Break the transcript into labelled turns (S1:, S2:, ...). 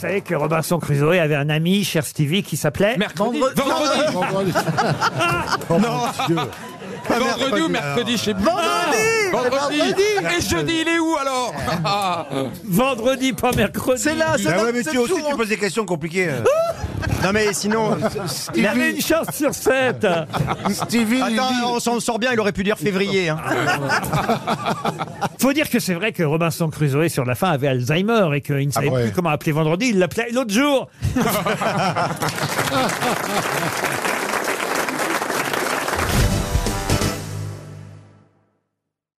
S1: savez que Robinson Crusoe avait un ami, cher Stevie, qui s'appelait...
S2: Mercredi.
S1: Vendre-
S2: Vendredi.
S1: Non
S2: Pas Vendredi ou mercredi, je sais plus. Ah, Vendredi. Et jeudi, il est où alors Ah.
S1: Vendredi, pas mercredi
S3: C'est là, c'est
S4: Bah
S3: dans-
S4: ouais, mais
S3: c'est
S4: tu aussi,
S3: toujours
S4: tu
S3: en-
S4: poses des questions compliquées. euh. non, mais sinon,
S1: Il avait
S4: Stevie,
S1: une chance sur sept
S4: Stevie, il dit-
S3: Attends, on s'en sort bien, il aurait pu dire février. hein.
S1: Faut dire que c'est vrai que Robinson Crusoe, sur la fin, avait Alzheimer et qu'il ne savait
S5: ouais.
S1: plus comment appeler vendredi. Il l'appelait l'autre jour.